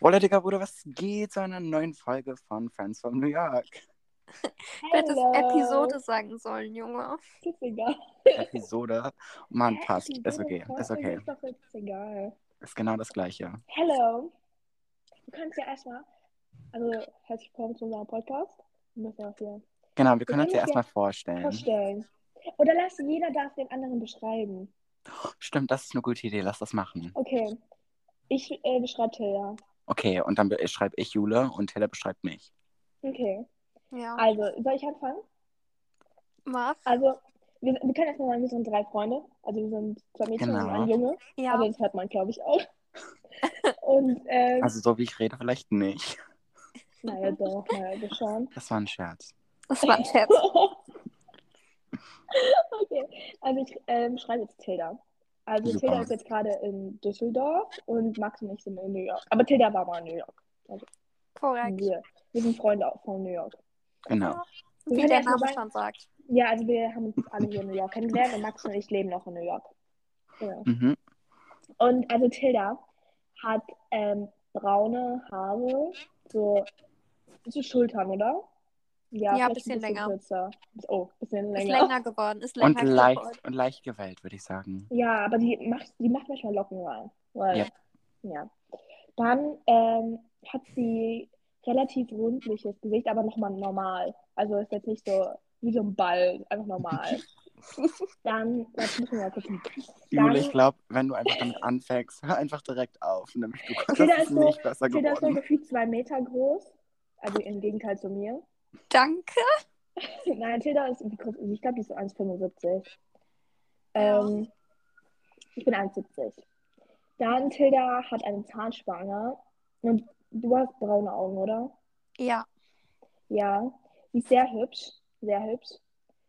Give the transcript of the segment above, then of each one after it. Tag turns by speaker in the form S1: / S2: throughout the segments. S1: Wolle, Digga, Bruder, was geht zu einer neuen Folge von Friends from New York?
S2: Du hättest Episode sagen sollen, Junge.
S3: Ist egal.
S1: Episode. Mann, passt. Ist okay.
S3: Episode,
S1: Ist okay.
S3: Ist doch jetzt egal.
S1: Ist genau das Gleiche.
S3: Hello. Du kannst ja erstmal. Also, herzlich willkommen zu unserem Podcast. Wir müssen ja auch hier
S1: Genau, wir können uns
S3: kann
S1: ja
S3: ich ja
S1: erstmal vorstellen.
S3: vorstellen. Oder lass jeder darf den anderen beschreiben.
S1: Stimmt, das ist eine gute Idee. Lass das machen.
S3: Okay. Ich äh, beschreibe Tilda.
S1: Okay, und dann beschreibe ich Jule und Taylor beschreibt mich.
S3: Okay.
S2: Ja.
S3: Also, soll ich anfangen?
S2: Mach.
S3: Also, wir, wir können erstmal sagen, wir sind drei Freunde. Also, wir sind zwei Mädchen
S1: Genau.
S3: und ein Junge.
S2: Ja.
S3: Aber das hört man, glaube ich, auch. Und, ähm,
S1: Also so wie ich rede, vielleicht nicht.
S3: naja, doch, naja, wir schauen.
S1: Das war ein Scherz.
S2: Das war ein Scherz.
S3: okay, also ich ähm, schreibe jetzt Tilda. Also
S1: Super.
S3: Tilda ist jetzt gerade in Düsseldorf und Max und ich sind in New York. Aber Tilda war mal in New York.
S2: Korrekt.
S3: Wir, wir sind Freunde auch von New York.
S1: Genau.
S2: Wie
S3: Kann
S2: der
S3: ich mal
S2: Name
S3: sagen?
S2: schon sagt.
S3: Ja, also wir haben uns alle hier in New York kennengelernt und Max und ich leben noch in New York. Genau.
S1: Mhm.
S3: Und also Tilda hat ähm, braune Haare, so so Schultern, oder?
S2: Ja,
S3: vielleicht
S2: bisschen länger.
S3: Kürzer. Oh, bisschen
S2: Ist
S3: länger.
S2: länger geworden. Ist
S1: Und
S2: länger geworden.
S1: leicht, und leicht gewählt, würde ich sagen.
S3: Ja, aber die macht, die macht manchmal Locken rein. Weil,
S1: Ja.
S3: ja. Dann ähm, hat sie relativ rundliches Gesicht, aber nochmal normal. Also ist jetzt nicht so wie so ein Ball, einfach normal. Dann, warte, müssen wir mal gucken. Dann-
S1: Jule, ich glaube, wenn du einfach damit anfängst, hör einfach direkt auf. Nämlich du das
S3: Tilda
S1: ist
S3: ist so-
S1: nicht besser
S3: Tilda ist so
S1: geworden.
S3: gefühlt zwei Meter groß. Also im Gegenteil zu mir.
S2: Danke.
S3: Nein, Tilda ist, wie groß, Also ich glaube, die ist so 1,75.
S2: Ja.
S3: Ähm, ich bin 1,70. Dann Tilda hat eine Zahnspange und du hast braune Augen, oder?
S2: Ja.
S3: Ja. Sie ist sehr hübsch, sehr hübsch.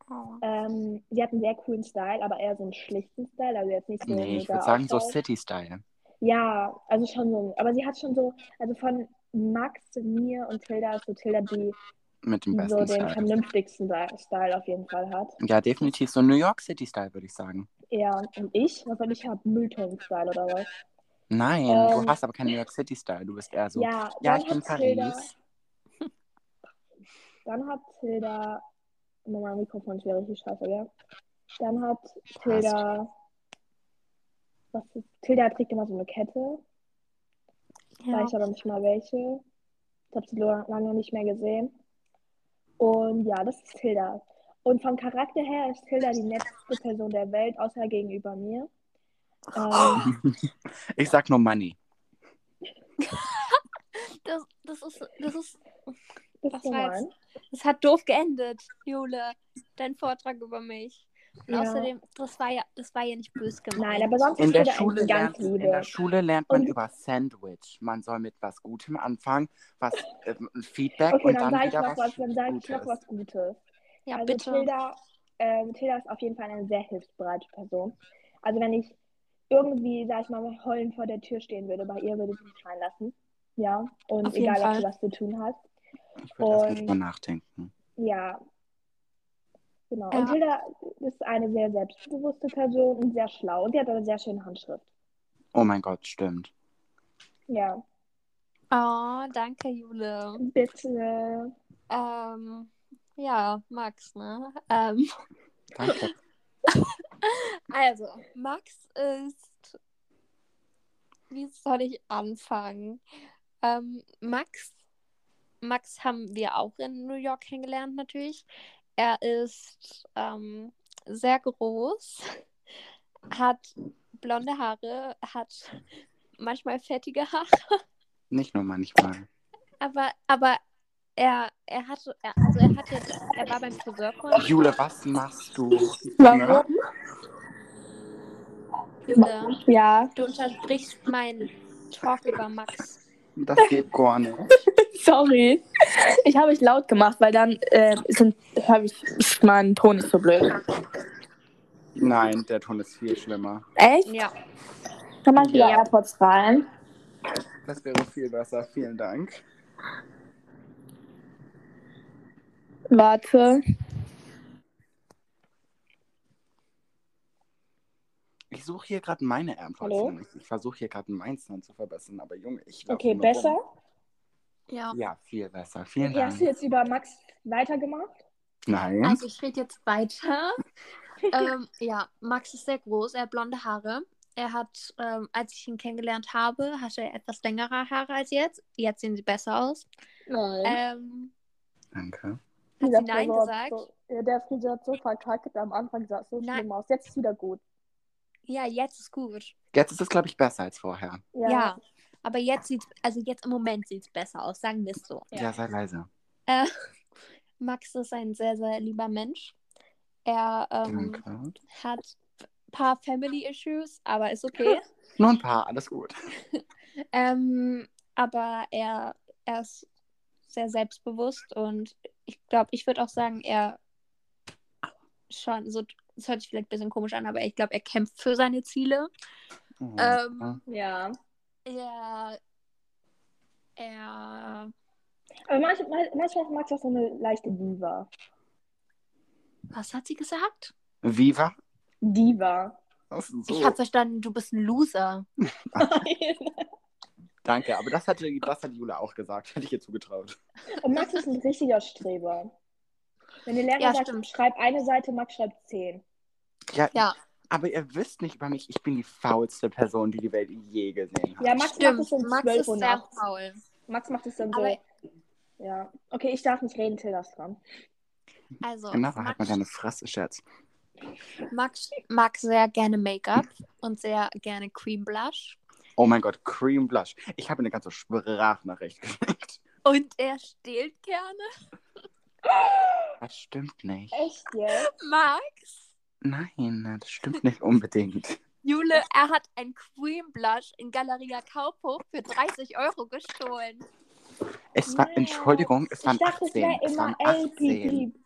S2: Oh.
S3: Ähm, sie hat einen sehr coolen Style, aber eher so einen schlichten Style, also jetzt nicht so
S1: Nee, ich
S3: mega
S1: würde sagen so
S3: Aufbau.
S1: City-Style.
S3: Ja, also schon so, aber sie hat schon so, also von Max, mir und Tilda ist so Tilda, die
S1: Mit dem
S3: die Hm, so
S1: besten
S3: den
S1: Style.
S3: vernünftigsten Style auf jeden Fall hat.
S1: Ja, definitiv so New York City-Style, würde ich sagen.
S3: Ja, und ich? Was soll ich haben? Mülltonnen-Style oder was?
S1: Nein,
S3: Ähm.
S1: du hast aber keinen New York City-Style. Du bist eher so. Ja,
S3: ja,
S1: ich bin
S3: Tilda,
S1: Paris.
S3: dann hat Tilda, nur mein Mikrofon ist schwierig, ich scheiße, ja. Dann hat
S1: Passt.
S3: Tilda, was ist, Tilda trägt immer so eine Kette,
S2: Ja.
S3: weiß aber nicht mal welche. Ich habe sie lo- lange nicht mehr gesehen. Und ja, das ist Tilda. Und vom Charakter her ist Tilda die netteste Person der Welt, außer gegenüber mir.
S1: Oh.
S3: Ähm,
S1: Ich sag nur Money.
S2: Das, das ist, das ist,
S3: das
S2: Was
S3: ist normal.
S2: weiß- das hat doof geendet, Jule. Dein Vortrag über mich. Und
S3: Ja.
S2: außerdem, das war ja, das war ja nicht böse gemeint.
S3: Nein, aber sonst
S1: In
S3: ist
S1: der,
S3: Tilda
S1: Schule
S3: eigentlich
S1: lernt,
S3: ganz
S1: in der
S3: liebe.
S1: Schule lernt man
S3: Und-
S1: über Sandwich. Man soll mit was Gutem anfangen, was ähm, Feedback
S3: Okay,
S1: und dann,
S3: dann sage ich
S1: wieder
S3: noch
S1: was,
S3: was, dann sage ich noch
S1: Gutes.
S3: was Gutes.
S2: ja,
S3: also
S2: bitte.
S3: Tilda, ähm, Tilda ist auf jeden Fall eine sehr hilfsbereite Person. Also wenn ich irgendwie, sag ich mal, heulend vor der Tür stehen würde, bei ihr würde ich mich reinlassen. Ja, und
S2: Auf jeden
S3: egal, ob
S2: Fall.
S3: du was zu tun hast.
S1: Ich würde erstmal
S3: Und-
S1: drüber nachdenken.
S3: Ja. Genau.
S2: Ja.
S3: Und Tilda ist eine sehr selbstbewusste Person und sehr schlau. Und sie hat eine sehr schöne Handschrift.
S1: Oh mein Gott, stimmt.
S3: Ja.
S2: Oh, danke, Jule.
S3: Bitte.
S2: Ähm, ja, Max, ne? Ähm,
S1: Danke.
S2: also, Max ist. Wie soll ich anfangen? Ähm, Max. Max haben wir auch in New York kennengelernt, natürlich. Er ist ähm, sehr groß, hat blonde Haare, hat manchmal fettige Haare.
S1: Nicht nur manchmal.
S2: Aber, aber er, er hatte, er, also er hat jetzt, er war beim Friseur vor-
S1: Jule, was machst du? Ja?
S2: Warum? Jule,
S3: Ja.
S2: du unterbrichst meinen Talk über Max.
S1: Das geht gar nicht.
S3: Sorry.
S4: Ich habe mich laut gemacht, weil dann äh, sind, habe ich ist mein Ton nicht so blöd.
S1: Nein, der Ton ist viel schlimmer.
S4: Echt?
S2: Ja,
S4: Kann man wieder
S2: Ja.
S4: AirPods rein?
S1: Das wäre viel besser. Vielen Dank.
S4: Warte.
S1: Ich suche hier gerade meine
S3: Hallo?
S1: Armposition. Ich, ich versuche hier gerade meins dann zu verbessern, aber Junge, ich laufe
S3: Okay,
S1: nur
S3: besser.
S1: rum.
S2: Ja.
S1: Ja, viel besser. Vielen
S3: Okay,
S1: Dank.
S3: hast du jetzt über Max weitergemacht?
S1: Nein.
S2: Also ich rede jetzt weiter. ähm, ja, Max ist sehr groß, er hat blonde Haare. Er hat, ähm, als ich ihn kennengelernt habe, hatte er etwas längere Haare als jetzt. Jetzt sehen sie besser aus.
S3: Nein.
S2: Ähm,
S1: Danke.
S2: hat sie Nein gesagt?
S3: So, ja, der Friseur hat so verkackt. Am Anfang sah es so
S2: Nein.
S3: schlimm aus. Jetzt ist wieder gut.
S2: Ja, jetzt ist gut.
S1: Jetzt ist es, glaube ich, besser als vorher.
S2: Ja. Aber jetzt sieht also jetzt im Moment sieht es besser aus, sagen wir es so.
S1: Ja,
S3: Ja.
S1: sei leise.
S2: Äh, Max ist ein sehr, sehr lieber Mensch. Er ähm,
S1: Danke.
S2: hat ein paar Family Issues, aber ist okay.
S1: Nur ein paar, alles gut.
S2: ähm, aber er, er ist sehr selbstbewusst und ich glaube, ich würde auch sagen, er schon so, das hört sich vielleicht ein bisschen komisch an, aber ich glaube, er kämpft für seine Ziele.
S1: Oh,
S2: Ähm,
S3: Ja.
S2: Er, er,
S3: Aber manchmal, manchmal ist Max auch so eine leichte Diva.
S2: was hat sie gesagt?
S1: Viva?
S3: Diva.
S1: Ach
S2: Ich
S1: So.
S2: habe verstanden, du bist ein Loser.
S1: Danke, aber das hatte, das hat Jule auch gesagt. Hätte ich ihr zugetraut.
S3: Und Max ist ein richtiger Streber. Wenn der Lehrer
S2: Ja,
S3: sagt,
S2: stimmt.
S3: schreib eine Seite, Max schreibt zehn.
S1: Ja,
S2: Ja,
S1: aber ihr wisst nicht über mich, ich bin die faulste Person, die die Welt je gesehen hat.
S3: Ja, Max macht
S2: stimmt.
S3: es um
S2: Max
S3: 12
S2: ist
S3: Uhr
S2: sehr
S3: nachts.
S2: faul.
S3: Max macht es dann so.
S2: Aber-
S3: Ja. Okay, ich darf nicht reden, Till darf dran.
S2: Also,
S1: Genau, halt mal
S2: Max,
S1: deine Fresse, Scherz.
S2: Max mag sehr gerne Make-up und sehr gerne Cream Blush.
S1: Oh mein Gott, Cream Blush. Ich habe eine ganze Sprachnachricht geschickt.
S2: Und er stehlt gerne.
S1: Das stimmt nicht.
S3: Echt jetzt?
S2: Max,
S1: Nein, das stimmt nicht unbedingt.
S2: Jule, er hat ein Cream Blush in Galeria Kaufhof für 30 Euro gestohlen.
S1: Es war,
S3: Ja.
S1: Entschuldigung, es waren
S3: ich dachte, es
S1: 18.
S3: wäre
S1: Es
S3: immer
S1: waren 18.
S3: LPP.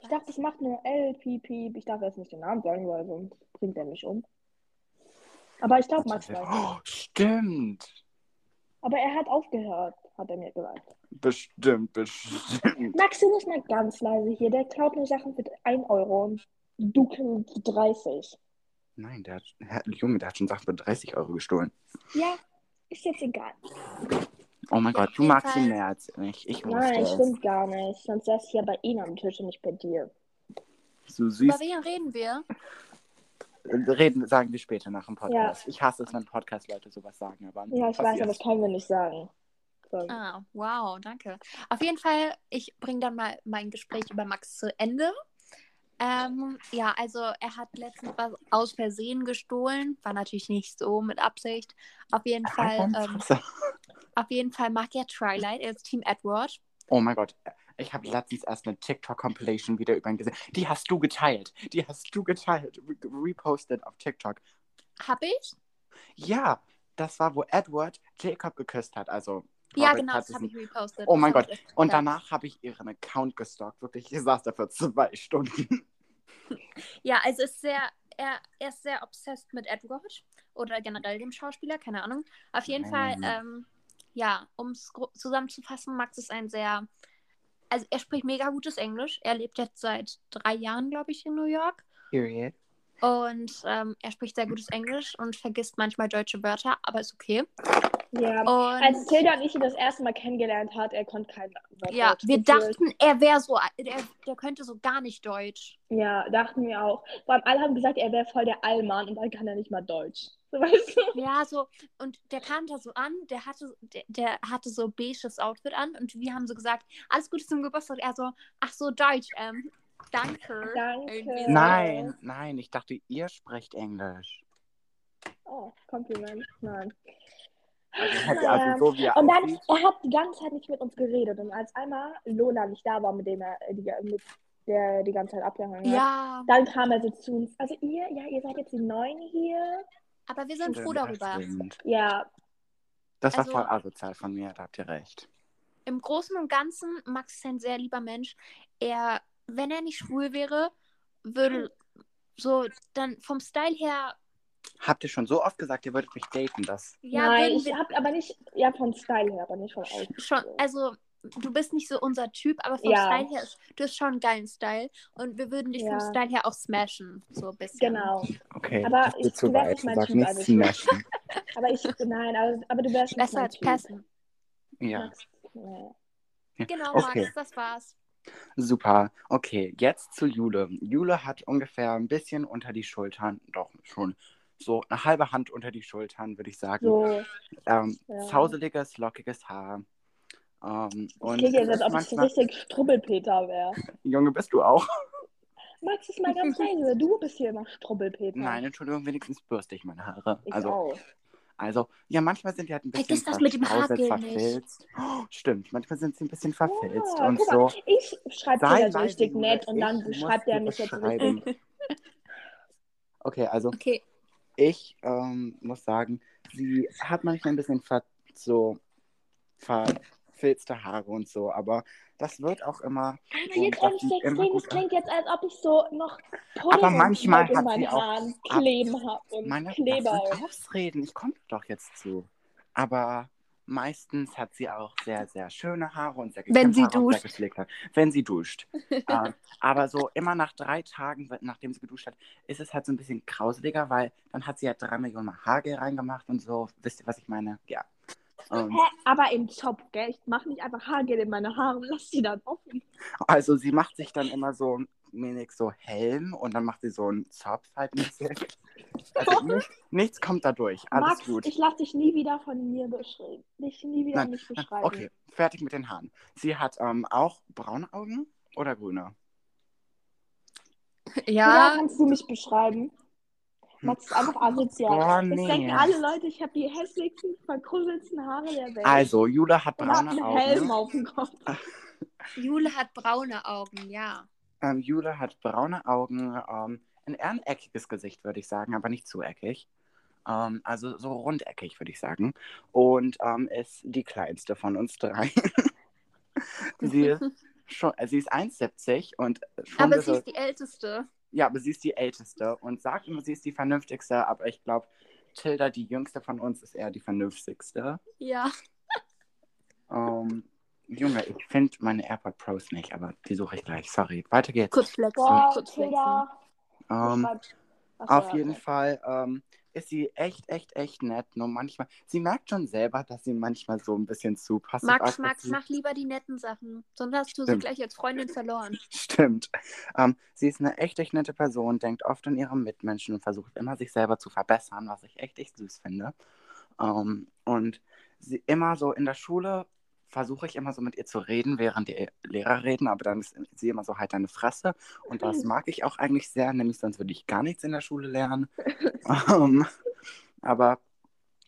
S3: Ich dachte, es macht nur LPP. Ich darf jetzt nicht den Namen sagen, weil sonst bringt er mich um. Aber ich glaube, Max weiß.
S1: Oh, stimmt.
S3: Aber er hat aufgehört, hat er mir gesagt.
S1: Bestimmt, bestimmt.
S3: Max, du musst mal ganz leise hier. Der klaut nur Sachen für 1 Euro und du kriegst 30.
S1: Nein, der hat, Herr, Junge, der hat schon Sachen für 30 Euro gestohlen.
S3: Ja, ist jetzt egal.
S1: Oh mein
S2: Ja,
S1: Gott,
S2: auf
S1: du
S2: jeden
S1: magst ihn
S2: Fall.
S1: mehr als ich. Ich muss
S3: Nein,
S1: das.
S3: stimmt gar nicht. Sonst saß ich ja bei ihm am Tisch und nicht bei dir.
S1: So
S2: Über
S1: süß.
S2: wen reden wir?
S1: Reden sagen wir später nach dem Podcast. Ich hasse es, wenn Podcast-Leute sowas sagen, aber
S3: Ja, ich weiß,
S1: passiert.
S3: aber das können wir nicht sagen. So.
S2: Ah, wow, danke. Auf jeden Fall, ich bringe dann mal mein Gespräch über Max zu Ende. Ähm, ja, also er hat letztens was aus Versehen gestohlen, war natürlich nicht so mit Absicht. Auf jeden Fall,
S1: Halt deine
S2: ähm,
S1: Fresse.
S2: auf jeden Fall mag er Twilight, er ist Team Edward.
S1: Oh mein Gott. Ich habe letztens erst eine TikTok-Compilation wieder über ihn gesehen. Die hast du geteilt. Die hast du geteilt. Re repostet auf TikTok.
S2: Hab ich?
S1: Ja, das war, wo Edward Jacob geküsst hat. Also,
S2: Ja,
S1: Robert
S2: genau, das habe
S1: Pattinson.
S2: ich repostet.
S1: Oh mein
S2: Das hab
S1: Gott.
S2: ich echt
S1: Und
S2: getan.
S1: danach habe ich ihren Account gestalkt. Wirklich, ich saß da für zwei Stunden.
S2: Ja, also ist sehr, er, er ist sehr obsessed mit Edward oder generell dem Schauspieler, keine Ahnung. Auf jeden Fall,
S1: Mhm.
S2: ähm, ja, um es zusammenzufassen, Max ist ein sehr, also er spricht mega gutes Englisch. Er lebt jetzt seit drei Jahren, glaube ich, in New York.
S1: Period.
S2: Und ähm, er spricht sehr gutes Englisch und vergisst manchmal deutsche Wörter, aber ist okay.
S3: Ja,
S2: Und
S3: als Tilda und ich ihn das erste Mal kennengelernt hat, er konnte kein Wort
S2: ja,
S3: Deutsch
S2: wir
S3: gefühlt.
S2: dachten, er wäre so, er, der könnte so gar nicht Deutsch.
S3: Ja, dachten wir auch. Vor allem alle haben gesagt, er wäre voll der Allmann und dann kann er nicht mal Deutsch. So, weißt du?
S2: Ja, so, und der kam da so an, der hatte, der, der hatte so beiges Outfit an und wir haben so gesagt, alles Gute zum Geburtstag. Er so, ach so, Deutsch, ähm, danke. Irgendwie
S3: Danke.
S2: so.
S1: Nein, nein, ich dachte, ihr sprecht Englisch.
S3: Oh, Kompliment. Nein.
S1: Also, hätte
S3: Ah, Ja.
S1: also so wie er
S3: Und dann,
S1: aussieht.
S3: er hat die ganze Zeit nicht mit uns geredet. Und als einmal Lola nicht da war, mit dem er äh, die, mit der die ganze Zeit abgehangen hat,
S2: Ja,
S3: dann kam er so zu uns. Also ihr, ja, ihr seid jetzt die Neuen hier.
S2: aber wir sind froh darüber.
S1: Stimmt.
S3: Ja,
S1: Das
S2: Also-
S1: war voll asozial von mir, da habt ihr recht.
S2: Im Großen und Ganzen, Max ist ein sehr lieber Mensch. Er, wenn er nicht schwul wäre, würde so dann vom Style her,
S1: Habt ihr schon so oft gesagt, ihr würdet mich daten, das.
S2: ja,
S3: nein,
S2: würden
S3: ich
S2: wir
S3: hab aber nicht, ja, vom Style her, aber nicht von außen.
S2: schon, also du bist nicht so unser Typ, aber vom
S3: Ja.
S2: Style her, ist- du hast schon einen geilen Style und wir würden dich
S3: Ja.
S2: vom Style her auch smashen, so ein bisschen.
S3: Genau.
S1: Okay,
S3: Aber
S1: das geht
S3: ich-
S1: zu
S3: du wärst
S1: weit.
S3: nicht mein
S1: Sag
S3: Typ,
S1: nicht
S3: also ich-
S1: smashen.
S3: Aber ich, nein, aber, aber du wärst nicht
S2: Besser
S3: mein
S2: als
S3: Typ.
S2: passen.
S1: Ja,
S3: Max, nee.
S2: Genau,
S1: Okay.
S2: Max, das war's.
S1: super. Okay, jetzt zu Jule. Jule hat ungefähr ein bisschen unter die Schultern, doch schon so eine halbe Hand unter die Schultern, würde ich sagen.
S3: So,
S1: ähm,
S3: Ja.
S1: zauseliges, lockiges Haar. Ähm,
S3: das
S1: und
S3: klingt jetzt, als ob ich so
S1: manchmal,
S3: richtig Strubbelpeter wäre.
S1: Junge, bist du auch?
S3: Max ist mal ganz leise. Du bist hier immer Strubbelpeter.
S1: Nein, Entschuldigung, wenigstens bürste ich meine Haare.
S3: Ich
S1: also,
S3: auch.
S1: also, ja, manchmal sind die halt ein bisschen
S2: Vergiss das mit dem
S1: verstraußelt,
S2: Haargel nicht.
S1: verfilzt. Oh, stimmt, manchmal sind sie ein bisschen verfilzt
S3: Ja,
S1: und
S3: guck
S1: so.
S3: mal, ich schreibe
S1: Sei
S3: dir das
S1: leise,
S3: richtig
S1: Jule,
S3: nett und dann
S1: ich
S3: schreibt
S1: muss
S3: er
S1: dir
S3: mich jetzt
S1: was
S3: richtig.
S1: schreiben. Okay, also
S2: Okay,
S1: ich ähm, muss sagen, sie hat manchmal ein bisschen ver so verfilzte Haare und so, aber das wird auch immer.
S3: Aber
S1: Und
S3: jetzt
S1: das
S3: ehrlich
S1: sieht
S3: zu
S1: immer
S3: extrem,
S1: gut
S3: es klingt jetzt, als ob ich so noch Pudding
S1: Aber
S3: und
S1: manchmal
S3: Kraut in
S1: hat
S3: meinen
S1: sie auch
S3: Haaren
S1: ab-
S3: kleben hab und
S1: Meine das
S3: Kleber.
S1: sind Ausreden, ich komme doch jetzt zu. Aber meistens hat sie auch sehr, sehr schöne Haare und sehr
S2: Wenn
S1: gekämmte
S2: sie
S1: Haare und sehr
S2: duscht.
S1: gepflegte Haare. Wenn sie duscht. ähm, aber so immer nach drei Tagen, we- nachdem sie geduscht hat, ist es halt so ein bisschen grauseliger, weil dann hat sie ja drei Millionen Mal Haargel reingemacht und so. Wisst ihr, was ich meine? Ja. Ähm,
S3: Hä, aber im Topf, gell? Ich mach nicht einfach Haargel in meine Haare und lass die dann offen.
S1: also sie macht sich dann immer so ein wenig so Helm und dann macht sie so einen Zopf halt mäßig. Also nicht, nichts kommt dadurch. Alles
S3: Max,
S1: gut.
S3: ich lass dich nie wieder von mir beschreiben. Dich nie wieder
S1: Nein,
S3: nicht
S1: Ah,
S3: beschreiben.
S1: Okay, fertig mit den Haaren. Sie hat ähm, auch braune Augen oder grüne?
S3: Ja,
S2: ja,
S3: kannst du mich beschreiben? Max ist einfach asozial.
S1: Boah,
S3: Jetzt denken
S1: Hm. Oh, nee.
S3: alle Leute, ich habe die hässlichsten, verkrümelsten Haare der Welt.
S1: Also, ne? Jule hat
S3: und Äh, hab einen
S1: braune
S3: Helm
S1: Augen.
S3: auf dem Kopf.
S2: Jule hat braune Augen, ja.
S1: Ähm, Jule hat braune Augen, ähm, ein eher ein eckiges Gesicht, würde ich sagen, aber nicht zu eckig. Ähm, also so rundeckig, würde ich sagen. Und ähm, ist die kleinste von uns drei. sie, ist schon, äh, sie ist 1,70 und schon
S2: Aber
S1: ein
S2: sie
S1: bisschen-
S2: ist die Älteste.
S1: Ja, aber sie ist die Älteste und sagt immer, sie ist die Vernünftigste, aber ich glaube, Tilda, die Jüngste von uns, ist eher die Vernünftigste.
S2: Ja.
S1: Ähm, Junge, ich finde meine AirPod Pros nicht, aber die suche ich gleich. Sorry, weiter geht's.
S2: Kurz flexen,
S3: Boah,
S2: kurz flexen.
S3: Tilda.
S1: Ähm,
S3: beschreibt- Ach so,
S1: auf
S3: ja,
S1: jeden
S3: okay.
S1: Fall ähm, ist sie echt, echt, echt nett. Nur manchmal, sie merkt schon selber, dass sie manchmal so ein bisschen zu passiv
S2: Max, Max,
S1: aggressiv-
S2: mach lieber die netten Sachen. Sonst hast du sie
S1: Stimmt.
S2: gleich als Freundin verloren.
S1: Stimmt. Ähm, sie ist eine echt, echt nette Person, denkt oft an ihre Mitmenschen und versucht immer, sich selber zu verbessern, was ich echt, echt süß finde. Ähm, und sie immer so in der Schule versuche ich immer so mit ihr zu reden, während die Lehrer reden, aber dann ist sie immer so halt deine Fresse. Und das
S3: Mhm.
S1: mag ich auch eigentlich sehr, nämlich sonst würde ich gar nichts in der Schule lernen. ähm, aber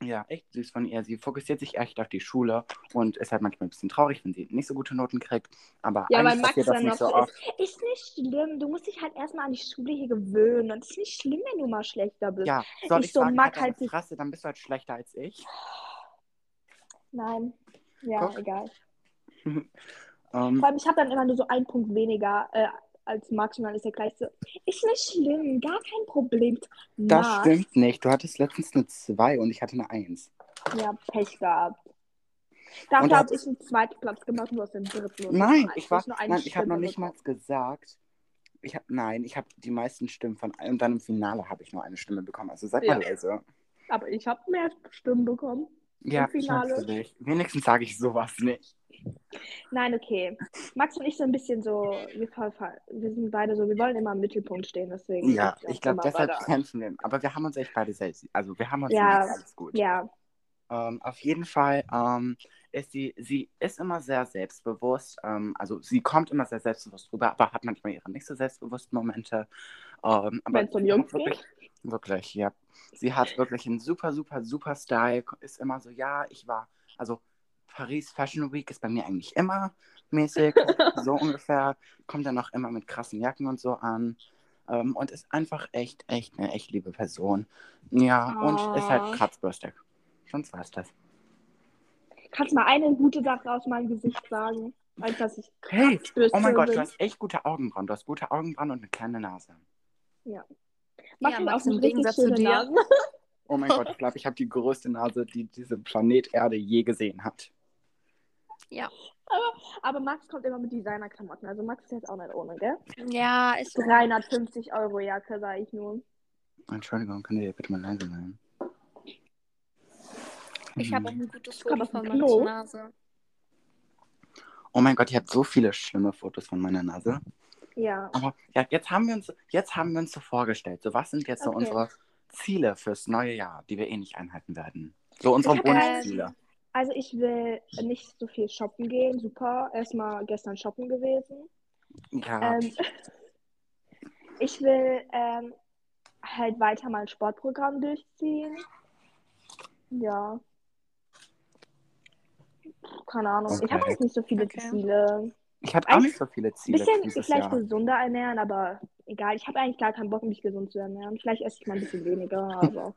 S1: ja, echt süß von ihr. Sie fokussiert sich echt auf die Schule und ist halt manchmal ein bisschen traurig, wenn sie nicht so gute Noten kriegt. Aber
S3: Ja, weil
S1: eigentlich
S3: Max
S1: passiert das
S3: dann noch
S1: nicht so
S3: so
S1: oft.
S3: ist. Ist nicht schlimm. Du musst dich halt erstmal an die Schule hier gewöhnen. Und es ist nicht schlimm, wenn du mal schlechter bist.
S1: Ja, soll
S3: Ich
S1: ich,
S3: so
S1: sagen,
S3: mag
S1: halt deine
S3: halt sich-
S1: Fresse, dann bist du halt schlechter als ich.
S3: Nein. Ja,
S1: Guck.
S3: egal.
S1: Ähm,
S3: Vor allem, ich habe dann immer nur so einen Punkt weniger äh, als Max und dann ist er gleich so, ist nicht schlimm, gar kein Problem.
S1: das
S3: Max,
S1: stimmt nicht. Du hattest letztens eine 2 und ich hatte eine 1.
S3: Ja, Pech gehabt.
S1: Und
S3: Dafür
S1: da-
S3: habe ich einen zweiten Platz gemacht und du hast den dritten. und
S1: Nein,
S3: hast
S1: ich war,
S3: nur eine
S1: nein, ich habe noch
S3: Stimme
S1: nicht mal gesagt. Ich hab, nein, ich habe die meisten Stimmen von allen und dann im Finale habe ich nur eine Stimme bekommen. Also seid mal
S3: Ja.
S1: leise.
S3: bekommen. Aber ich habe mehr Stimmen bekommen.
S1: Ja,
S3: Im
S1: ich
S3: Finale.
S1: natürlich. Wenigstens sage ich sowas nicht.
S3: Nein, okay. Max und ich sind ein bisschen so, wir, ver- ver- wir sind beide so, wir wollen immer im Mittelpunkt stehen, deswegen.
S1: Ja,
S3: sind wir
S1: ich glaube,
S3: immer
S1: deshalb
S3: beide-
S1: kämpfen wir. Aber wir haben uns echt beide selbst. Also wir haben uns
S3: Ja.
S1: lieb, alles gut.
S3: Ja,
S1: Ähm, auf jeden Fall ähm, ist sie, sie ist immer sehr selbstbewusst. Ähm, also sie kommt immer sehr selbstbewusst rüber, aber hat manchmal ihre nicht so selbstbewussten Momente. Ähm, aber
S3: Wenn's um
S1: sie hat
S3: Jungs
S1: wirklich, wirklich, ja. Sie hat wirklich einen super, super, super Style. Ist immer so, ja, ich war, also Paris Fashion Week ist bei mir eigentlich immer mäßig, so ungefähr. Kommt dann auch immer mit krassen Jacken und so an. Ähm, und ist einfach echt, echt eine echt liebe Person. Ja, und ist
S3: Aw.
S1: halt kratzbürstig. Sonst war's das.
S3: kannst mal eine gute Sache aus meinem Gesicht sagen? Als dass ich
S1: Hey,
S3: kratzbürstig
S1: oh mein Gott,
S3: bin.
S1: du hast echt gute Augenbrauen. Du hast gute Augenbrauen und eine kleine Nase.
S3: Max
S2: Ja,
S3: hat
S2: Max,
S3: auch eine
S2: im
S3: richtig
S2: Gegensatz zu
S3: schöne
S2: dir.
S3: Nase.
S1: Oh mein Gott, ich glaube, ich habe die größte Nase, die diese Planet Erde je gesehen hat.
S3: Aber Max kommt immer mit Designerklamotten. Also Max ist jetzt auch nicht ohne, gell?
S2: Ja, ist so.
S3: 350 Euro Jacke, sag ich nur.
S1: Entschuldigung, könnt ihr bitte mal leise sein?
S2: Ich habe auch
S1: Mhm.
S2: ein gutes
S3: Kommt
S2: Foto
S3: auf
S2: von
S3: den
S2: meiner
S3: Klo.
S2: Nase.
S1: Oh mein Gott, ihr habt so viele schlimme Fotos von meiner Nase.
S3: Ja.
S1: Aber ja, jetzt haben wir uns, jetzt haben wir uns so vorgestellt. So, was sind jetzt so
S3: Okay.
S1: unsere Ziele fürs neue Jahr, die wir eh nicht einhalten werden? So unsere
S3: Ich hab, ähm,
S1: Wunschziele.
S3: Also ich will nicht so viel shoppen gehen. Super. Erstmal gestern shoppen gewesen.
S1: Ja,
S3: Ähm, ich will ähm, halt weiter mein Sportprogramm durchziehen. Ja. Keine Ahnung. Ich habe
S1: Okay.
S3: jetzt nicht so viele
S2: Okay.
S3: Ziele.
S1: ich habe auch
S3: ein-
S1: nicht so viele Ziele
S3: Bisschen
S1: dieses
S3: vielleicht
S1: Jahr.
S3: gesunder ernähren, aber egal. Ich habe eigentlich gar keinen Bock, mich gesund zu ernähren. Vielleicht esse ich mal ein bisschen weniger, aber.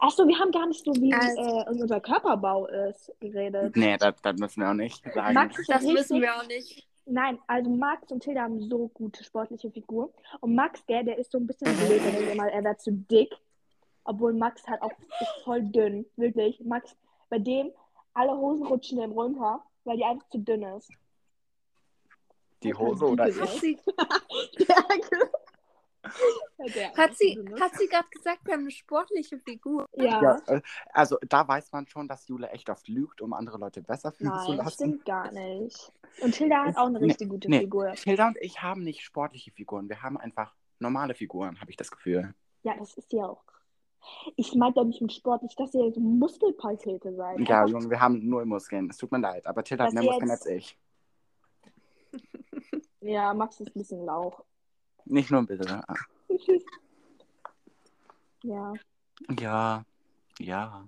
S3: Achso, wir haben gar nicht so, wie
S2: Also-
S3: äh, unser Körperbau ist, geredet.
S1: Nee, das, das müssen wir auch nicht sagen.
S3: Max ist
S2: Das
S3: richtig,
S2: wissen wir auch nicht.
S3: Nein, also Max und Tilda haben so gute sportliche Figur. Und Max, der, der ist so ein bisschen blöd, der denkt immer, er wäre zu dick. Obwohl Max halt auch ist voll dünn, wirklich. Max, bei dem alle Hosen rutschen dem runter, weil die einfach zu dünn ist.
S1: Die Hose oder
S3: Ja.
S2: Hat
S1: ich?
S2: sie,
S3: Ja, genau.
S2: hat sie, hat sie gerade gesagt, wir haben eine sportliche Figur?
S3: ja.
S1: Ja, äh, also da weiß man schon, dass Jule echt oft lügt, um andere Leute besser fühlen zu
S3: Nein, das
S1: lassen.
S3: stimmt gar nicht. Und Tilda hat auch eine
S1: Nee,
S3: richtig gute
S1: nee.
S3: Figur.
S1: Hilda und ich haben nicht sportliche Figuren, wir haben einfach normale Figuren, habe ich das Gefühl.
S3: Ja, das ist sie auch. Ich meinte doch nicht mit Sport, nicht, dass ihr so Muskelpakete seid.
S1: Ja,
S3: Einfach
S1: Junge, wir haben null Muskeln. Es tut mir leid, aber Tilda hat
S3: Das
S1: mehr
S3: ihr
S1: Muskeln
S3: jetzt-
S1: als ich.
S3: Ja, Max ist ein bisschen lauch.
S1: Nicht nur ein bisschen. ne? Ah,
S3: ja.
S1: Ja, ja.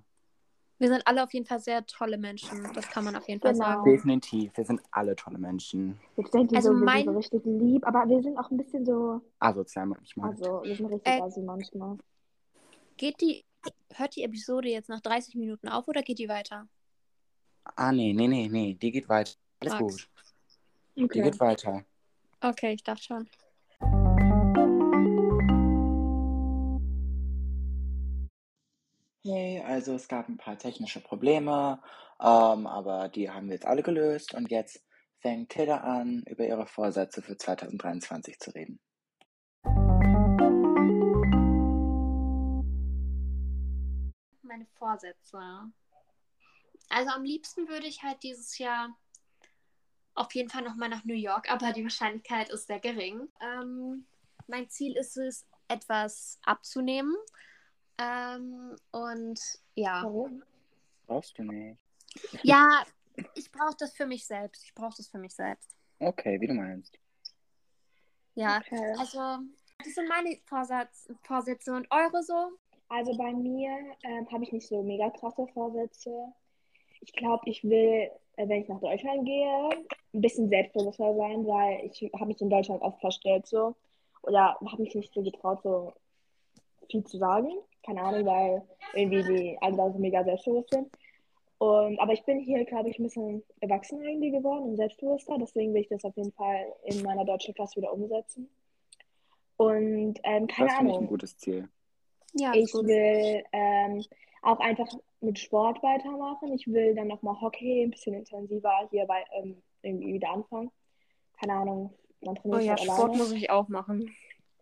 S2: Wir sind alle auf jeden Fall sehr tolle Menschen. Das kann man auf jeden Fall
S3: Genau.
S2: sagen.
S1: Definitiv. Wir sind alle tolle Menschen.
S3: Jetzt denkt ihr
S2: Also
S3: so, wir
S2: mein-
S3: sind so richtig lieb, aber wir sind auch ein bisschen so,
S1: Asozial manchmal.
S3: also wir sind richtig
S2: Äh,
S3: assi manchmal.
S2: Geht die, hört die Episode jetzt nach 30 Minuten auf oder geht die weiter?
S1: Ah, nee, nee, nee, nee. Die geht weiter. Alles
S2: Max.
S1: gut. Die geht weiter.
S2: Okay, ich dachte schon.
S1: Yay, also es gab ein paar technische Probleme, ähm, aber die haben wir jetzt alle gelöst und jetzt fängt Tilda an, über ihre Vorsätze für 2023 zu reden.
S2: Meine Vorsätze. Also am liebsten würde ich halt dieses Jahr auf jeden Fall nochmal nach New York, aber die Wahrscheinlichkeit ist sehr gering. Ähm, mein Ziel ist es, etwas abzunehmen. Ähm, und ja.
S3: Warum?
S1: Brauchst du nicht.
S2: Ja, ich brauche das für mich selbst. Ich brauche das für mich selbst.
S1: Okay, wie du meinst.
S2: Ja,
S3: Okay.
S2: also das sind meine Vorsatz, Vorsätze und eure so.
S3: Also bei mir ähm, habe ich nicht so mega krasse Vorsätze. Ich glaube, ich will, äh, wenn ich nach Deutschland gehe, ein bisschen selbstbewusster sein, weil ich habe mich in Deutschland oft verstellt so. Oder habe mich nicht so getraut, so viel zu sagen. Keine Ahnung, weil irgendwie die anderen so mega selbstbewusst sind. Und, aber ich bin hier, glaube ich, ein bisschen erwachsen irgendwie geworden und selbstbewusster. Deswegen will ich das auf jeden Fall in meiner deutschen Klasse wieder umsetzen. Und ähm, keine
S1: das finde ich
S3: Ahnung.
S1: ein gutes Ziel.
S2: Ja,
S3: Ich will ähm, auch einfach mit Sport weitermachen. Ich will dann nochmal Hockey ein bisschen intensiver hier bei, ähm, irgendwie wieder anfangen. Keine Ahnung, man
S2: Oh
S3: trainiert halt alleine.
S2: ich auch machen.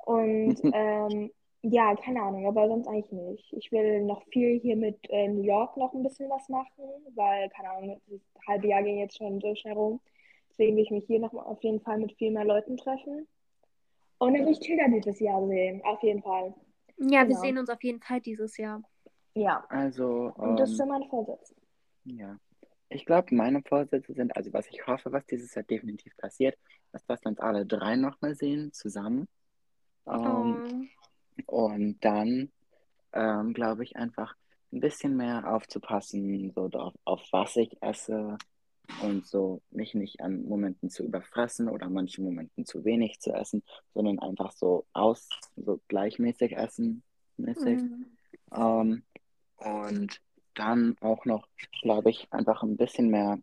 S3: Und ähm, ja, keine Ahnung, aber sonst eigentlich nicht. Ich will noch viel hier mit äh, New York noch ein bisschen was machen, weil, keine Ahnung, das halbe Jahr ging jetzt schon so schnell rum. Deswegen will ich mich hier nochmal auf jeden Fall mit viel mehr Leuten treffen. Und dann will ich Tilda dieses Jahr sehen, auf jeden Fall.
S2: Ja, wir
S3: Genau.
S2: sehen uns auf jeden Fall dieses Jahr.
S3: Ja,
S1: Also,
S3: und das
S1: ähm,
S3: sind meine Vorsätze.
S1: Ja. Ich glaube, meine Vorsätze sind, also was ich hoffe, was dieses Jahr definitiv passiert, ist, dass wir uns alle drei nochmal sehen, zusammen. Ähm,
S2: Oh.
S1: Und dann, ähm, glaube ich, einfach ein bisschen mehr aufzupassen, so drauf, auf was ich esse und so mich nicht an Momenten zu überfressen oder manchen Momenten zu wenig zu essen, sondern einfach so aus, so gleichmäßig essen, mäßig.
S2: Mhm.
S1: Ähm, und dann auch noch, glaube ich, einfach ein bisschen mehr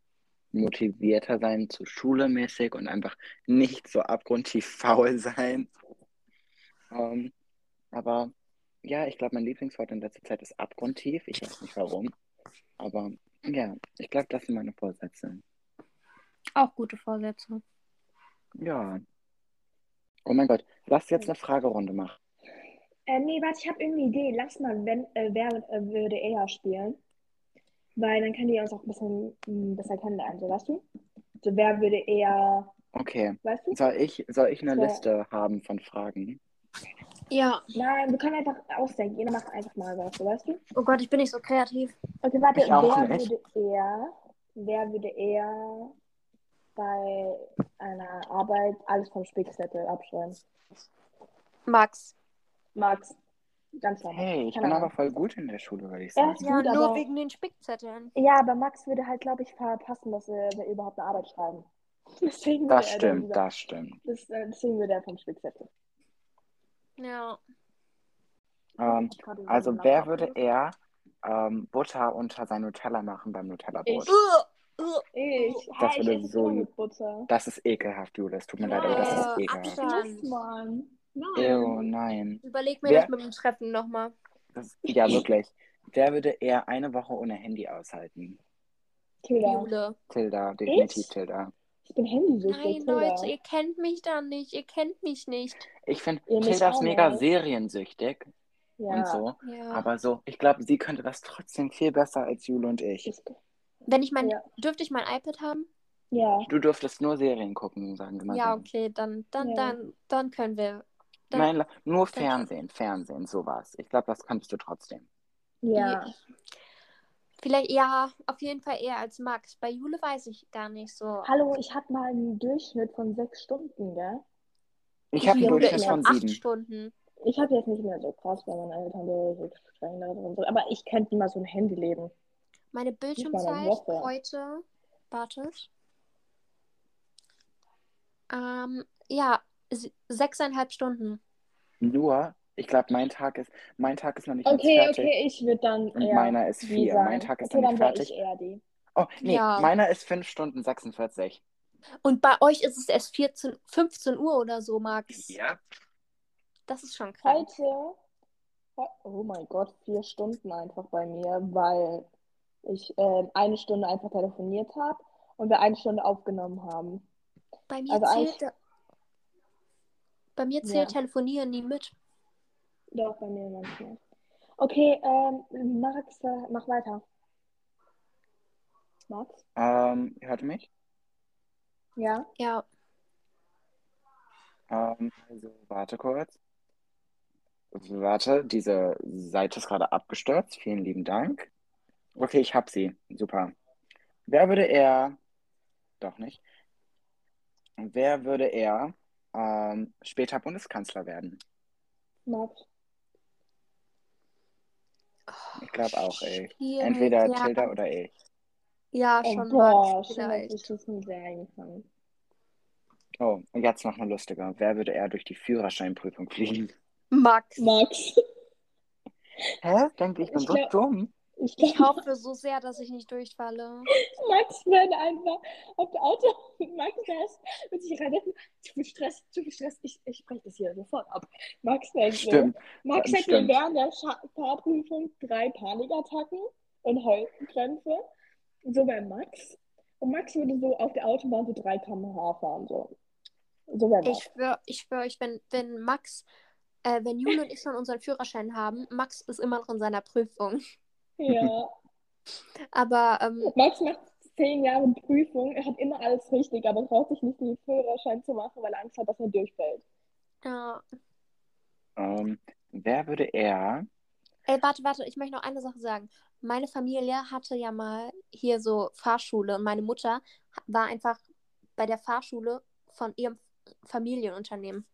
S1: motivierter sein zu Schule mäßig und einfach nicht so abgrundtief faul sein. Ähm, aber ja, ich glaube, mein Lieblingswort in letzter Zeit ist abgrundtief. Ich weiß nicht warum, aber Ja, ich glaube, das sind meine Vorsätze.
S2: Auch gute Vorsätze.
S1: Ja. Oh mein Gott, lass jetzt eine Fragerunde machen.
S3: Äh, nee, warte, ich habe irgendeine Idee. Lass mal, wenn, äh, wer äh, würde eher spielen? Weil dann könnt ihr uns auch ein bisschen mh, besser kennenlernen, so weißt du? So, wer würde eher,
S1: Okay.
S3: weißt du?
S1: Soll ich, soll ich eine
S3: Ja.
S1: Liste haben von Fragen?
S2: Ja.
S3: Nein, wir können einfach ausdenken. Jeder macht einfach mal was, so weißt du?
S2: Oh Gott, ich bin nicht so kreativ.
S3: Okay, warte,
S1: Ich auch
S3: wer
S1: nicht.
S3: würde eher, wer würde eher bei einer Arbeit alles vom Spickzettel abschreiben?
S2: Max.
S3: Max, ganz normal.
S1: Hey, ich
S3: Keine
S1: bin
S3: Ahnung.
S1: aber voll gut in der Schule, würde ich
S3: Ja,
S1: sagen.
S3: ja. Gut, aber-
S2: den Spickzetteln.
S3: Ja, aber Max würde halt, glaube ich, verpassen, dass er wenn er überhaupt eine Arbeit schreiben. Deswegen würde
S1: Das
S3: er dann
S1: stimmt,
S3: lieber-
S1: das stimmt.
S3: das, äh, deswegen würde er vom Spickzettel.
S2: Ja.
S1: Ähm,
S3: Ich hatte so
S1: also,
S3: einen
S1: wer
S3: Lacher.
S1: würde eher ähm, Butter unter sein Nutella machen beim Nutella-Brot?
S3: Ich. Ich,
S1: Das
S3: hä, ich
S1: würde
S3: esse es
S1: so-
S3: immer mit Butter.
S1: Das ist ekelhaft, Jule. Es tut mir leid, aber das ist
S2: Äh,
S1: ekelhaft.
S2: Abstand.
S3: Mann.
S1: Ew, nein.
S2: Überleg mir
S1: Wer-
S2: das mit dem Treffen nochmal.
S1: Das, ja, wirklich. Wer würde eher eine Woche ohne Handy aushalten?
S3: Tilda.
S2: Jule.
S1: Tilda, definitiv
S3: Ich?
S1: Tilda.
S3: Ich bin handysüchtig.
S2: Nein,
S3: Tilda.
S2: Leute, ihr kennt mich da nicht. Ihr kennt mich nicht.
S1: Ich finde,
S3: Ihr mich
S1: Tilda
S3: auch
S1: ist mega
S3: nicht.
S1: seriensüchtig
S3: ja.
S1: und so.
S2: Ja.
S1: Aber so, ich glaube, sie könnte das trotzdem viel besser als Jule und ich.
S3: Ich,
S2: Wenn ich mein.
S3: Ja.
S2: Dürfte ich mein iPad haben?
S3: ja.
S1: Du durftest nur Serien gucken, sagen wir mal
S2: Ja,
S1: so.
S2: okay, dann, dann,
S3: Ja.
S2: dann, dann können wir. Dann,
S1: Nein, la- nur
S2: dann-
S1: Fernsehen, Fernsehen, sowas. Ich glaube, das kannst du trotzdem.
S3: Ja.
S2: Vielleicht, ja, auf jeden Fall eher als Max. Bei Jule weiß ich gar nicht so.
S3: Hallo, ich hatte mal einen Durchschnitt von sechs Stunden, gell?
S1: Ich habe einen
S3: Ja, oder
S1: Durchschnitt
S2: ich
S1: von
S2: habe acht
S1: sieben.
S2: Stunden.
S3: Ich habe jetzt nicht mehr so krass, weil meine Eltern so streng darin sind. Aber ich könnte immer so ein Handy leben.
S2: Meine
S3: meine
S2: Bildschirmzeit
S3: Woche.
S2: heute. Wartet. Ähm, ja, se- sechseinhalb Stunden.
S1: Nur, ich glaube, mein Tag ist, mein Tag ist noch nicht ganz
S3: Okay,
S1: fertig.
S3: okay, ich würde dann
S1: Und
S3: eher
S1: meiner ist
S3: die
S1: vier.
S3: sein.
S1: Mein Tag ist
S3: okay,
S1: noch
S3: dann
S1: nicht
S3: wär
S1: fertig.
S3: Ich eher die.
S1: Oh, nee,
S2: Ja.
S1: meiner ist 5 Stunden 46.
S2: Und bei euch ist es erst 14, 15 Uhr oder so, Max.
S1: Ja.
S2: Das ist schon
S3: Halt,
S2: krass.
S3: Heute, oh mein Gott, vier Stunden einfach bei mir, weil ich ähm, eine Stunde einfach telefoniert habe und wir eine Stunde aufgenommen haben.
S2: Bei mir
S3: Also eigentlich-
S2: zählt. Bei mir zählt
S3: Ja.
S2: Telefonieren nie mit.
S3: Doch, bei mir manchmal. Okay, ähm, Max, äh, mach weiter. Max?
S1: Ähm, hört ihr mich?
S3: Ja?
S2: Ja,
S1: Ähm, also, warte kurz. Warte, diese Seite ist gerade abgestürzt. Vielen lieben Dank. Okay, ich hab sie. Super. Wer würde er. Doch nicht. Wer würde er ähm, später Bundeskanzler werden?
S3: Max?
S1: Ich glaube auch, ey.
S2: schwierig,
S1: Entweder
S2: ja.
S1: Tilda oder ich.
S2: Ja,
S3: Oh,
S2: schon
S3: boah,
S2: Max
S3: schön, dass
S2: vielleicht.
S3: ich das nicht sehr eingefangen.
S1: Oh, und jetzt noch eine lustige. Wer würde er durch die Führerscheinprüfung fliegen?
S2: Max.
S3: Max,
S1: Hä? Denke ich, bin
S3: Ich
S1: so
S3: glaub-
S1: dumm.
S3: ich
S2: Ich
S3: glaube,
S2: hoffe so sehr, dass ich nicht durchfalle.
S3: Max würde einfach auf der Auto Max wär's, würde sich reinsetzen, zu viel Stress, zu viel Stress, ich, ich spreche das hier sofort ab. Max wäre so.
S1: Stimmt.
S3: Max
S1: Ja,
S3: hat mir
S1: stimmt.
S3: während der Scha- Fahrprüfung drei Panikattacken und Heulkrämpfe. So bei Max. Und Max würde so auf der Autobahn so 3 km/h fahren. So, so bei
S2: Ich
S3: Max.
S2: schwöre ich schwör euch, wenn, wenn Max, äh, wenn Jule und ich schon unseren Führerschein haben, Max ist immer noch in seiner Prüfung.
S3: Ja.
S2: Aber ähm,
S3: Max macht zehn Jahre Prüfung. Er hat immer alles richtig, aber traut sich nicht, den Führerschein zu machen, weil er Angst hat, dass er durchfällt.
S2: ja.
S1: Ähm, wer würde eher?
S2: Ey, warte, warte, ich möchte noch eine Sache sagen. Meine Familie hatte ja mal hier so Fahrschule und meine Mutter ha- war einfach bei der Fahrschule von ihrem Familienunternehmen.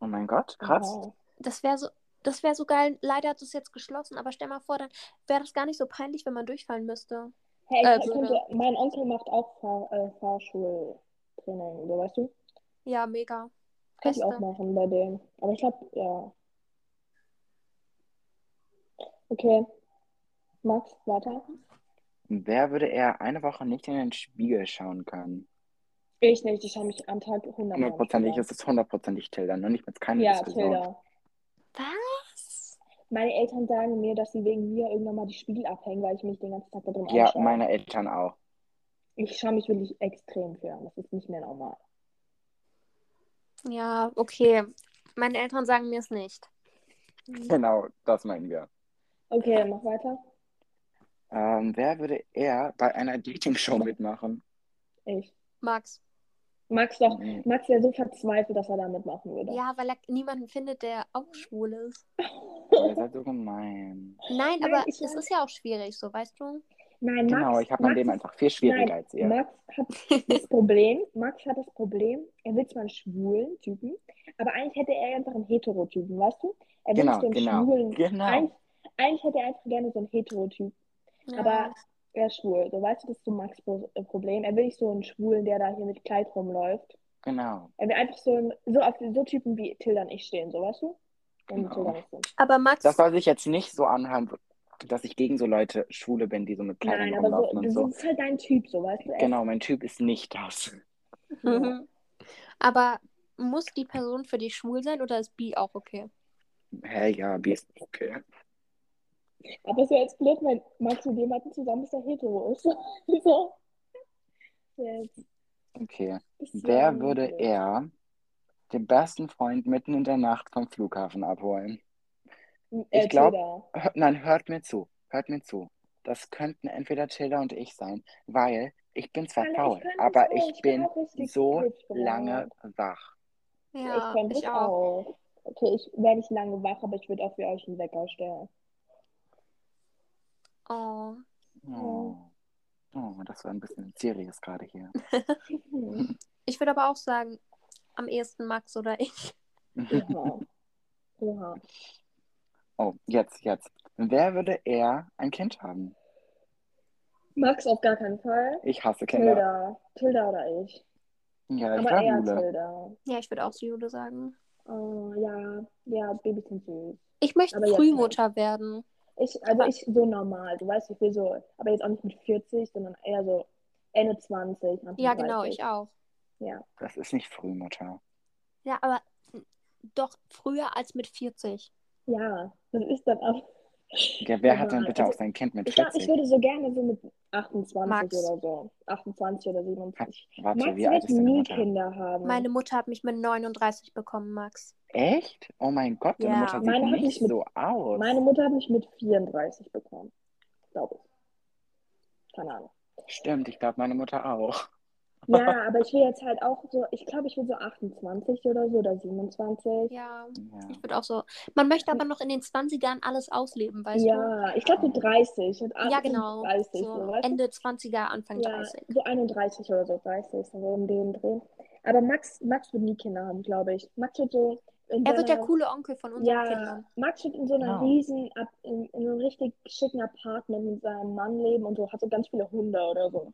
S1: Oh mein Gott, krass.
S3: Wow.
S2: Das wäre so. Das wäre so geil. Leider hat es jetzt geschlossen, aber stell mal vor, dann wäre das gar nicht so peinlich, wenn man durchfallen müsste.
S3: Hey,
S2: Äh,
S3: ich
S2: Bruder.
S3: könnte, mein Onkel macht auch Fahr, äh, Fahrschultraining, so, weißt du?
S2: Ja, mega.
S3: Könnte ich auch
S2: Beste.
S3: machen bei dem. Aber ich glaube, ja. Okay. Max, weiter.
S1: Wer würde eher eine Woche nicht in den Spiegel schauen können?
S3: Ich nicht, ich habe mich am Tag 100
S1: ne? Hundertprozentig ist es hundertprozentig Tilda, nur nicht mit keiner
S3: Ja,
S1: Diskussion.
S3: Tilda.
S2: Was?
S3: Meine Eltern sagen mir, dass sie wegen mir irgendwann mal die Spiegel abhängen, weil ich mich den ganzen Tag da drin
S1: Ja,
S3: anschaue.
S1: meine Eltern auch.
S3: Ich schaue mich wirklich extrem für an. Das ist nicht mehr normal.
S2: Ja, okay. Meine Eltern sagen mir es nicht.
S1: Genau, das meinen wir.
S3: Okay, mach weiter.
S1: Ähm, wer würde eher bei einer Dating-Show mitmachen?
S3: Ich.
S2: Max.
S3: Max doch.
S1: Nee.
S3: Max wäre so verzweifelt, dass er da mitmachen würde.
S2: Ja, weil er niemanden findet, der auch schwul ist.
S1: Ihr seid so gemein.
S2: Nein,
S3: Nein,
S2: aber
S3: ich
S2: es
S3: weiß.
S2: ist ja auch schwierig, so, weißt du?
S3: Nein, Max.
S1: Genau, ich habe mein
S3: Max
S1: Leben
S3: ist-
S1: einfach viel schwieriger
S3: Nein,
S1: als ihr.
S3: Max hat das Problem, Max hat das Problem, er will zwar einen schwulen Typen, aber eigentlich hätte er einfach einen Heterotypen, weißt du? Er will
S1: Genau,
S3: nicht so einen
S1: genau,
S3: schwulen.
S1: genau.
S3: Eigentlich, eigentlich hätte er einfach gerne so einen Heterotyp, aber er ist schwul. So weißt du, das ist so Max' Pro- äh, Problem. Er will nicht so einen Schwulen, der da hier mit Kleid rumläuft.
S1: Genau.
S3: Er will einfach so, einen, so auf so Typen wie Tilda und ich stehen, so weißt du? Wenn
S1: Genau.
S3: die Tilda nicht sind.
S2: aber Max,
S1: Das soll sich jetzt nicht so anhören, dass ich gegen so Leute Schwule bin, die so mit Kleidern
S3: Nein, aber
S1: rumlaufen
S3: so,
S1: und so.
S3: das ist halt dein Typ, so weißt du? Er-
S1: Genau, mein Typ ist nicht das.
S2: Mhm. aber muss die Person für dich schwul sein oder ist bi auch okay?
S1: Hä, ja, Bier ist okay.
S3: Aber es wäre jetzt blöd, wenn Max mit jemandem zusammen ist, der hetero ist. so. Ja,
S1: Okay.
S3: das wär
S1: Wer
S3: irgendwie
S1: würde
S3: blöd.
S1: eher den besten Freund mitten in der Nacht vom Flughafen abholen?
S3: Äh,
S1: ich glaub-
S3: Tilda.
S1: Hör, nein, hört mir zu. Hört mir zu. Das könnten entweder Tilda und ich sein, weil ich bin zwar
S3: Alter,
S1: faul,
S3: kann das
S1: aber
S3: auch.
S1: ich
S3: bin
S1: bin
S3: auch richtig
S1: so
S3: klitschbereit.
S1: lange wach.
S2: Ja,
S3: ich kann
S2: ich,
S3: das
S2: auch.
S3: auch. Okay, ich wäre nicht lange wach, aber ich würde auch für euch einen Wecker stellen.
S2: Oh.
S3: Mhm.
S1: Oh. oh, das war ein bisschen serious gerade hier.
S3: Mhm.
S2: Ich würde aber auch sagen, am ehesten Max oder ich.
S3: Oha. Oha.
S1: Oh, jetzt, jetzt. Wer würde eher ein Kind haben?
S3: Max auf gar keinen Fall.
S1: Ich hasse Kinder.
S3: Tilda. Tilda oder ich.
S1: Ja, ich
S3: aber
S1: war
S3: eher
S1: Jule.
S3: Tilda.
S2: Ja, ich würde auch zu Jule sagen.
S3: Oh, ja, ja, Babys sind süß.
S2: Ich möchte
S3: Aber jetzt
S2: Frühmutter werden.
S3: Ich,
S2: Ah.
S3: also ich so normal, du weißt, ich will so, aber jetzt auch nicht mit 40, sondern eher so Ende 20. Anfang
S2: Ja, genau,
S3: 30.
S2: ich auch.
S3: Ja,
S1: Das ist nicht Frühmutter.
S2: Ja, aber doch früher als mit 40.
S3: ja, das ist dann auch.
S1: Ja, wer hat
S3: Egal.
S1: denn bitte
S3: Also,
S1: auf sein Kind mit
S3: Ich glaube, ich
S1: 40?
S3: würde so gerne so mit 28
S2: Max.
S3: oder so. 28 oder 27.
S1: Warte,
S3: Max
S1: wie alt ist
S3: wird
S1: deine
S3: nie
S1: Mutter?
S3: Kinder haben.
S2: Meine Mutter hat mich mit 39 bekommen, Max.
S1: Echt? Oh mein Gott, deine
S2: Ja.
S1: Mutter sieht
S3: Meine hat
S1: nicht
S3: mich mit-
S1: so aus.
S3: Meine Mutter hat mich mit 34 bekommen. Glaube ich. Keine Ahnung.
S1: Stimmt, ich glaube, meine Mutter auch.
S3: Ja, aber ich will jetzt halt auch so, ich glaube, ich will so 28 oder so oder 27.
S2: Ja,
S1: Ja.
S2: ich würde auch so. Man möchte aber noch in den 20ern alles ausleben, weißt du?
S3: Ja, ich glaube so 30. Und
S2: Ja, genau.
S3: 30, so,
S2: so
S3: ne, weißt du?
S2: Ende 20er, Anfang
S3: Ja,
S2: 30.
S3: so 31 oder so, 30, so um den Dreh. Aber Max, Max wird nie Kinder haben, glaube ich. Max wird so in
S2: Er wird der
S3: seiner,
S2: coole Onkel von unseren
S3: äh, ja,
S2: Kindern.
S3: Max wird in so einer
S1: Genau.
S3: riesen, Ab- in, in einem richtig schicken Apartment mit seinem Mann leben und so, hat so ganz viele Hunde oder so.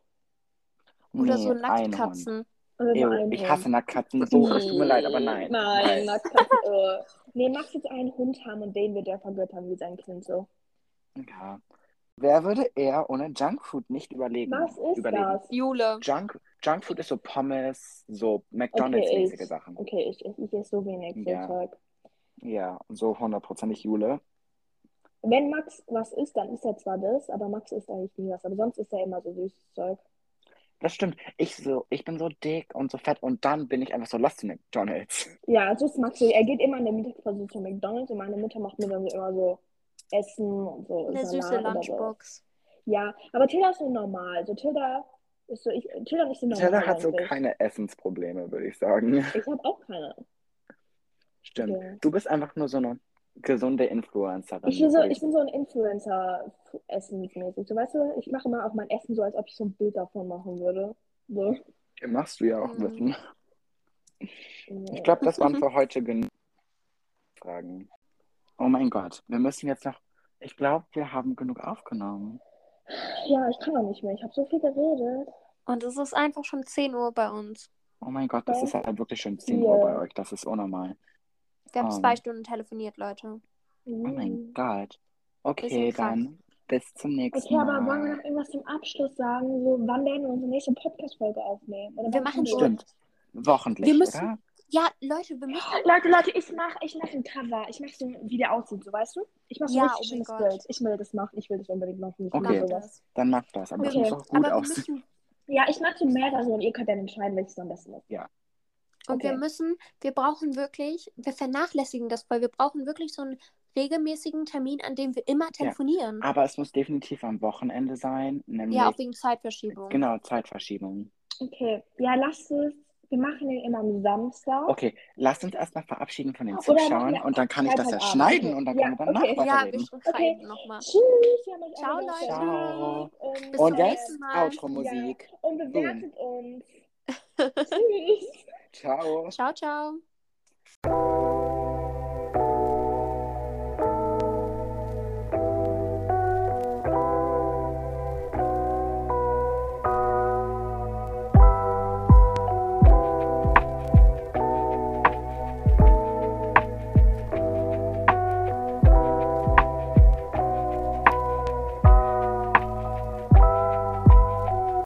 S2: Oder so
S1: Nee, ein Hund.
S2: Nacktkatzen.
S3: Oder so
S1: Ew,
S3: einen
S1: ich
S3: Hund.
S1: hasse Nacktkatzen so. Es tut mir leid, aber
S3: Nee,
S1: nein.
S3: Nein, Max hat, äh, nee, Max wird so einen Hund haben und den wird er vergöttern wie sein Kind so.
S1: Ja. Wer würde eher ohne Junkfood nicht überlegen?
S3: Was ist
S1: überleben?
S3: das?
S2: Jule.
S1: Junk, Junkfood ist so Pommes, so
S3: Okay,
S1: McDonalds-mäßige
S3: ich,
S1: Sachen.
S3: okay, ich, ich, ich esse so wenig so
S1: Ja.
S3: Zeug.
S1: Ja, und so hundertprozentig Jule.
S3: Wenn Max was isst, dann isst er zwar das, aber Max isst eigentlich nie was. Aber sonst isst er immer so süßes Zeug.
S1: Das stimmt. Ich, so, ich bin so dick und so fett und dann bin ich einfach so, lass den McDonalds.
S3: Ja, so ist Max. so. Er geht immer in der Mittagspause zu McDonalds und meine Mutter macht mir dann so immer so Essen und so
S2: Eine
S3: Salat
S2: süße
S3: oder
S2: Lunchbox.
S3: So. Ja, aber Tilda ist so normal. So Tilda ist so, ich, Tilda und ich sind normal.
S1: Teller hat so
S3: eigentlich.
S1: keine Essensprobleme, würde ich sagen.
S3: Ich habe auch keine.
S1: Stimmt.
S3: Ja.
S1: Du bist einfach nur so eine gesunde Influencerin.
S3: Ich bin so,
S1: würde
S3: ich bin so ein Influencer-Essensmäßig. So, weißt du, ich mache immer auch mein Essen so, als ob ich so ein Bild davon machen würde. So.
S1: Machst du ja auch ein
S2: Mhm.
S1: bisschen. Ich glaube, das waren für heute genug Fragen. Oh mein Gott, wir müssen jetzt noch. Ich glaube, wir haben genug aufgenommen.
S3: Ja, ich kann doch nicht mehr. Ich habe so viel geredet.
S2: Und es ist einfach schon 10 Uhr bei uns.
S1: Oh mein Gott, das
S3: Ja.
S1: ist halt wirklich schon 10 Uhr
S3: Ja.
S1: bei euch. Das ist unnormal.
S2: Wir haben
S1: Ähm.
S2: zwei Stunden telefoniert, Leute.
S1: Oh
S3: Mm. Mhm.
S1: mein Gott. Okay,
S2: Bisschen krass.
S1: dann bis zum nächsten
S3: Okay, aber wollen wir
S1: Mal.
S3: noch irgendwas zum Abschluss sagen? So, wann werden wir unsere nächste Podcast-Folge aufnehmen? Oder
S2: Wir
S3: wann
S2: machen
S3: kommt die?
S2: so.
S1: Stimmt. Wochentlich,
S2: Wir müssen-
S1: oder?
S2: Ja, Leute, wir müssen.
S3: Leute, Leute, ich mach, ich mach ein Cover. Ich mach so, wie der aussieht, so weißt du? Ich mach so
S2: Ja,
S3: ein richtig
S2: oh mein
S3: schönes
S2: Gott.
S3: Bild. Ich will das machen. Ich will das unbedingt machen. Ich
S1: Okay.
S3: will
S2: Mach
S3: sowas.
S2: das.
S1: Dann macht das, aber es
S3: Okay,
S1: muss auch gut
S2: Aber wir
S1: aussehen.
S2: müssen,
S3: Ja, ich mach so mehrere und ihr könnt dann entscheiden, welches am besten ist.
S2: und wir
S3: Okay.
S2: müssen, wir brauchen wirklich, wir vernachlässigen das, weil wir brauchen wirklich so einen regelmäßigen Termin, an dem wir immer telefonieren.
S1: Aber es muss definitiv am Wochenende sein, nämlich
S2: Ja, auch wegen Zeitverschiebung.
S1: genau Zeitverschiebung.
S3: Okay, ja, lasst es. Wir machen den immer am Samstag.
S1: Okay, lasst uns erstmal verabschieden von den
S3: Oder machen
S1: Zuschauern
S3: wir
S1: und dann kann ich das ja
S3: Freitagabend.
S1: schneiden und dann
S3: Ja,
S1: können wir danach
S3: okay. Ja,
S2: Ja, wir
S1: weiterreden.
S2: schreiben
S3: Okay.
S2: nochmal.
S3: Tschüss. wir haben euch
S2: Ciao,
S3: alle
S2: Leute.
S1: Ciao.
S3: Und,
S2: Bis
S1: Und
S2: zum
S1: jetzt
S2: nächsten Mal.
S1: Outro-Musik.
S3: und bewertet uns. Tschüss.
S1: Ciao.
S2: Ciao, ciao.